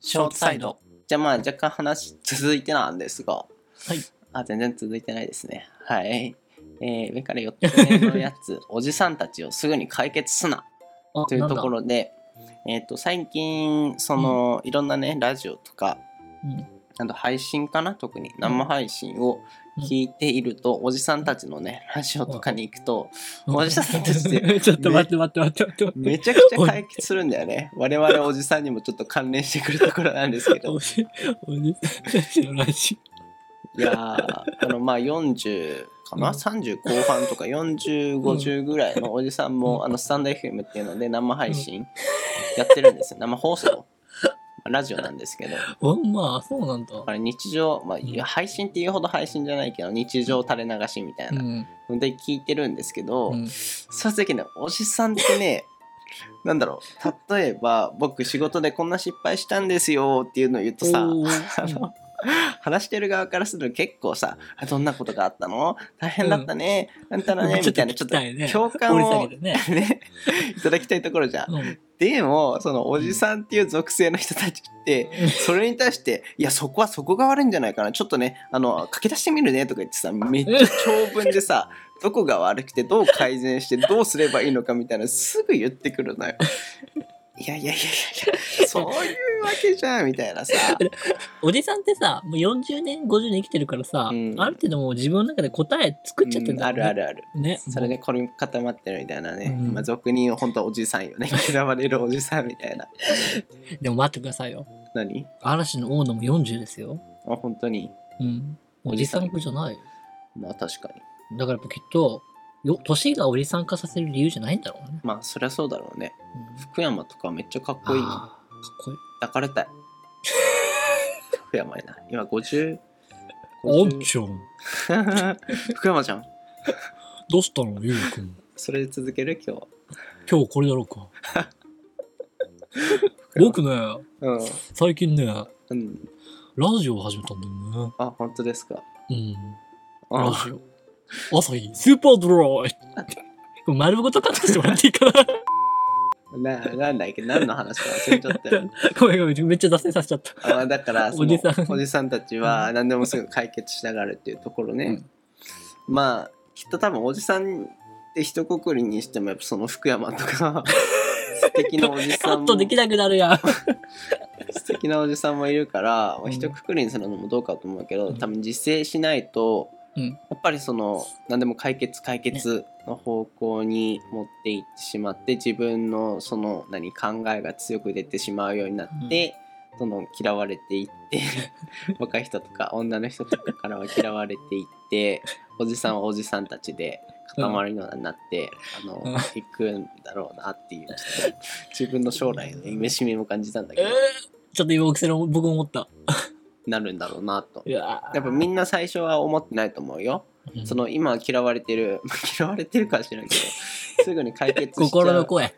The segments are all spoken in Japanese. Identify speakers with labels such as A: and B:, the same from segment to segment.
A: ショートサイド。
B: じゃあまあ若干話続いてなんですが、
A: はい。
B: あ、全然続いてないですね。はい。えー上から4つ目のやつ、おじさんたちをすぐに解決すな
A: あ
B: というとこ
A: ろ。
B: ろで、えっ、と、最近、その、いろんなね、ラジオとか、
A: うん
B: あと配信かな特に生配信を聞いていると、おじさんたちのね、ラジオとかに行くと、おじさんたちで
A: ちょっと待って待って待って待って待っ
B: め
A: て。
B: ちゃくちゃ 解決するんだよね。我々おじさんにもちょっと関連してくるところなんですけど
A: お。じおじさんたちのラジ
B: いやーあのまあ40かな、
A: うん
B: 30後半とか4050ぐらいのおじさんも、
A: うん
B: あのスタンド FM っていうので生配信やってるんですよ生放送まあラジオなんですけどだ
A: オ。あまあ、そうなんだ。。
B: から日常、まあ、いや配信っていうほど配信じゃないけど日常垂れ流しみたいうなんので聞いてるんですけど、
A: うん
B: そういう時ねおじさんってねなんだろう例えば僕仕事でこんな失敗したんですよっていうのを言うとさ
A: お
B: あ
A: ー
B: の話してる側からすると結構さ「あどんなことがあったの大変だったね、なんたらね」みたい なちょっと
A: 聞きね
B: 共感を
A: 掘り下げてね。
B: ねいただきたいところじゃん。
A: うん
B: でもそのおじさんっていう属性の人たちってそれに対して「いやそこはそこが悪いんじゃないかなちょっとねあの書き出してみるね」とか言ってさめっちゃ長文でさどこが悪くてどう改善してどうすればいいのかみたいなすぐ言ってくるのよ。いやいやいやいやいやそういうわけじゃんみたいなさ。
A: おじさんってさ、もう40年、50年生きてるからさ、
B: うん
A: ある程度もう自分の中で答え 作っちゃってん
B: うん
A: だ
B: あ
A: よね
B: るあ。るある。
A: ね。
B: それで凝り固まってるみたいなね、
A: うん
B: まあ俗に言う本当おじさんよね 嫌われるおじさんみたいな
A: でも待ってくださいよ。
B: 何
A: 嵐の大野も40ですよ。
B: あ本当に
A: うん。おじさんじゃない。
B: まあ確かに
A: だからやっぱきっと、よ年がおじさん化させる理由じゃないんだろうね。
B: まあそりゃそうだろうね
A: うん
B: 福山とかめっちゃかっこいい抱
A: あーかっこいい。
B: かれたい 福山いな今 50?
A: おん
B: 50
A: ちゃん、
B: 福山ちゃん
A: どうしたのゆうく ん。
B: それで続ける今日
A: 今日これだろ うか。僕ね、
B: うん、
A: 最近ね、
B: うん、
A: ラジオを始めたんだよね。
B: あ本当ですか
A: うん。ラ
B: あ
A: ジオ。朝日、スーパード ライ。これ丸ごとカットしてもらっていいかな
B: ななんだっけ何の話か忘れちゃったよ
A: ごめんごめん、めっちゃ脱線させちゃった。
B: あだからその
A: おじさん
B: おじさんたちは何でもすぐ解決したがるっていうところね、まあきっと多分おじさんって一括りにしてもやっぱその福山と か素敵なおじ
A: カ
B: さん
A: ッ
B: も
A: トできなくな るやん。
B: 素敵なおじさんもいるから、
A: うん
B: 一括りにするのもどうかと思うけど
A: うん
B: 多分自制しないと、
A: うん
B: やっぱりその何でも解決解決の方向に持っていってしまって自分のその何考えが強く出てしまうようになって、どんどん嫌われていって 若い人とか女の人とかからは嫌われていっておじさんはおじさんたちで固まるようになって、あの、
A: うん
B: いくんだろうなっていうちょっと自分の将来の夢しみも感じたんだけ
A: え
B: ど
A: ー。ちょっと今、僕それも僕も思った。
B: なるんだろうなと。
A: いやー
B: やっぱみんな最初は思ってないと思うよ。そ、の今嫌われてる、 嫌われてるかもしれないけ ど、すぐに解決しち
A: 心
B: ゃ
A: の
B: う、
A: 声。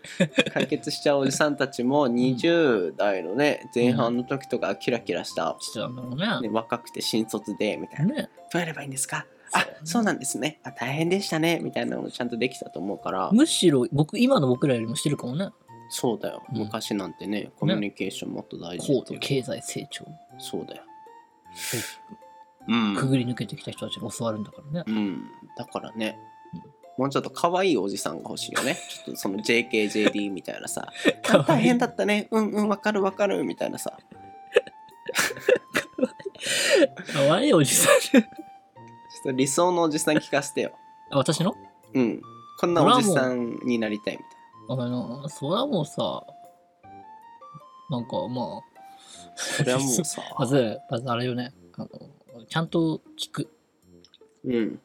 B: 解決しちゃうおじさんたちも20代のね、前半の時とかキラキラした、
A: してたんだろう
B: ね、
A: ね。
B: 若くて新卒で、みたいな。
A: ね。
B: どうやればいいんですかあ、そうなんですね。あ、大変でしたね。みたいなのもちゃんとできたと思うから、
A: むしろ僕、今の僕らよりもしてるかもね。
B: そうだよ。
A: うん
B: 昔なんてね、コミュニケーションもっと大事
A: 高
B: ってい
A: 度
B: う
A: 経済成長。
B: そうだよ。うん。
A: くぐり抜けてきた人たちが教わるんだからね。
B: うん、だからね、もうちょっと可愛いおじさんが欲しいよ ね。ちょっとその JKJD みたいなさ、あ大変だったね、うんうん、わかるわかるみたいなさ、
A: かわいいおじさん。
B: ちょっと理想のおじさん聞かせてよ。
A: あ私の
B: うん、こんなおじさんになりたいみ
A: あの、それはもうさ、なんかま
B: たいな。それはもうさ、
A: あ、まず、まずあれよね、あの、ちゃんと聞く。
B: うん。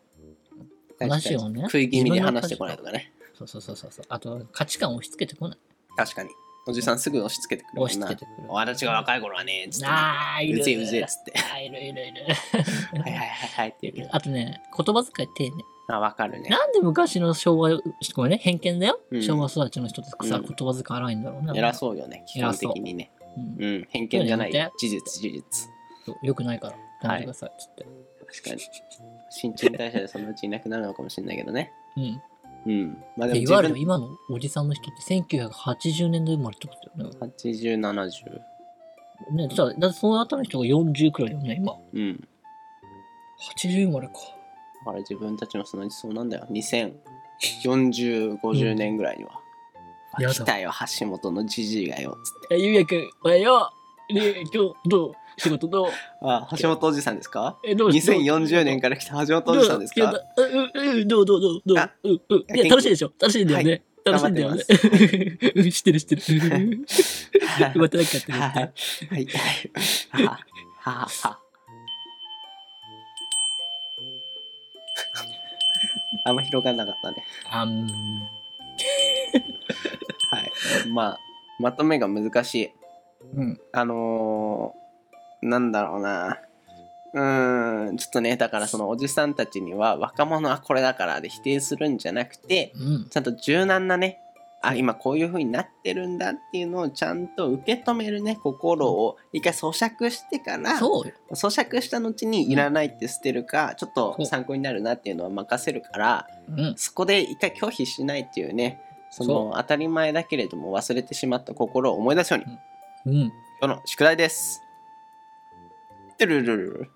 A: 話をね
B: 食い気味で話してこないとかね。
A: そうそうそうそうそう。あと、価値観を押し付けてこない。
B: 確かに。おじさんすぐ押し付けてくるも
A: 押し
B: ん
A: 付
B: な
A: け。てくる。
B: 私が若い頃はね、つってね、
A: あー、いうる。
B: ぜうぜっつって。
A: あーいるいるいる。
B: はいはいはいはいって言うけど。
A: あとね、言葉遣い丁寧。
B: あ、わかるね。
A: なんで昔の昭和、ごめんね、偏見だよ。
B: うん
A: 昭和育ちの人ってさ、
B: うん
A: 言葉遣い荒いんだろうね。
B: 偉そうよね、基本的にね。
A: うん。
B: うん、偏見じゃない
A: そうね
B: 事実事実
A: そうよくないから、やめてください、つって。
B: 確かに新陳代謝でそのうちいなくなるのかもしれないけどね
A: うん。
B: うんまあでも
A: でい
B: 自
A: わゆる
B: 分
A: 今のおじさんの人って1980年代生まれってことだよね。
B: 8070
A: ね、じゃあ、だってその後の人が40くらいだよね、今。
B: うん。だ
A: 80生まれか。
B: から自分たちのその理想なんだよ。2040、50年ぐらいには。
A: やだ
B: 来たよ、橋本のじじいがよ。つって。
A: え、ゆうやくん、おはよう。ねえ、今日、どう仕事どう
B: あ、橋本おじさんですか
A: え、どう
B: ?2040 年から来た橋本おじさんですか
A: どういやだうんうんどうどうどうどう
B: あ
A: うんうんいや
B: 元気
A: 楽しいでしょ楽しいんだよね、楽しいんだよねうん 知ってる知ってるまたなんかやってる
B: はい。はい。ははは。あんま広がんなかったね。
A: あん
B: はい。まあ、まとめが難しい。
A: うん
B: あのー、なんだろうな。うーん、ちょっとね、だからそのおじさんたちには若者はこれだからで否定するんじゃなくて、
A: うん
B: ちゃんと柔軟なね、あ、今こういう風になってるんだっていうのをちゃんと受け止めるね、心を一回咀嚼してから、
A: そうよ
B: 咀嚼した後にいらないって捨てるか、ちょっと参考になるなっていうのは任せるから、
A: うん
B: そこで一回拒否しないっていうね、そ
A: そ
B: の当たり前だけれども忘れてしまった心を思い出すように、
A: うん
B: 今日の宿題です。てるるるる。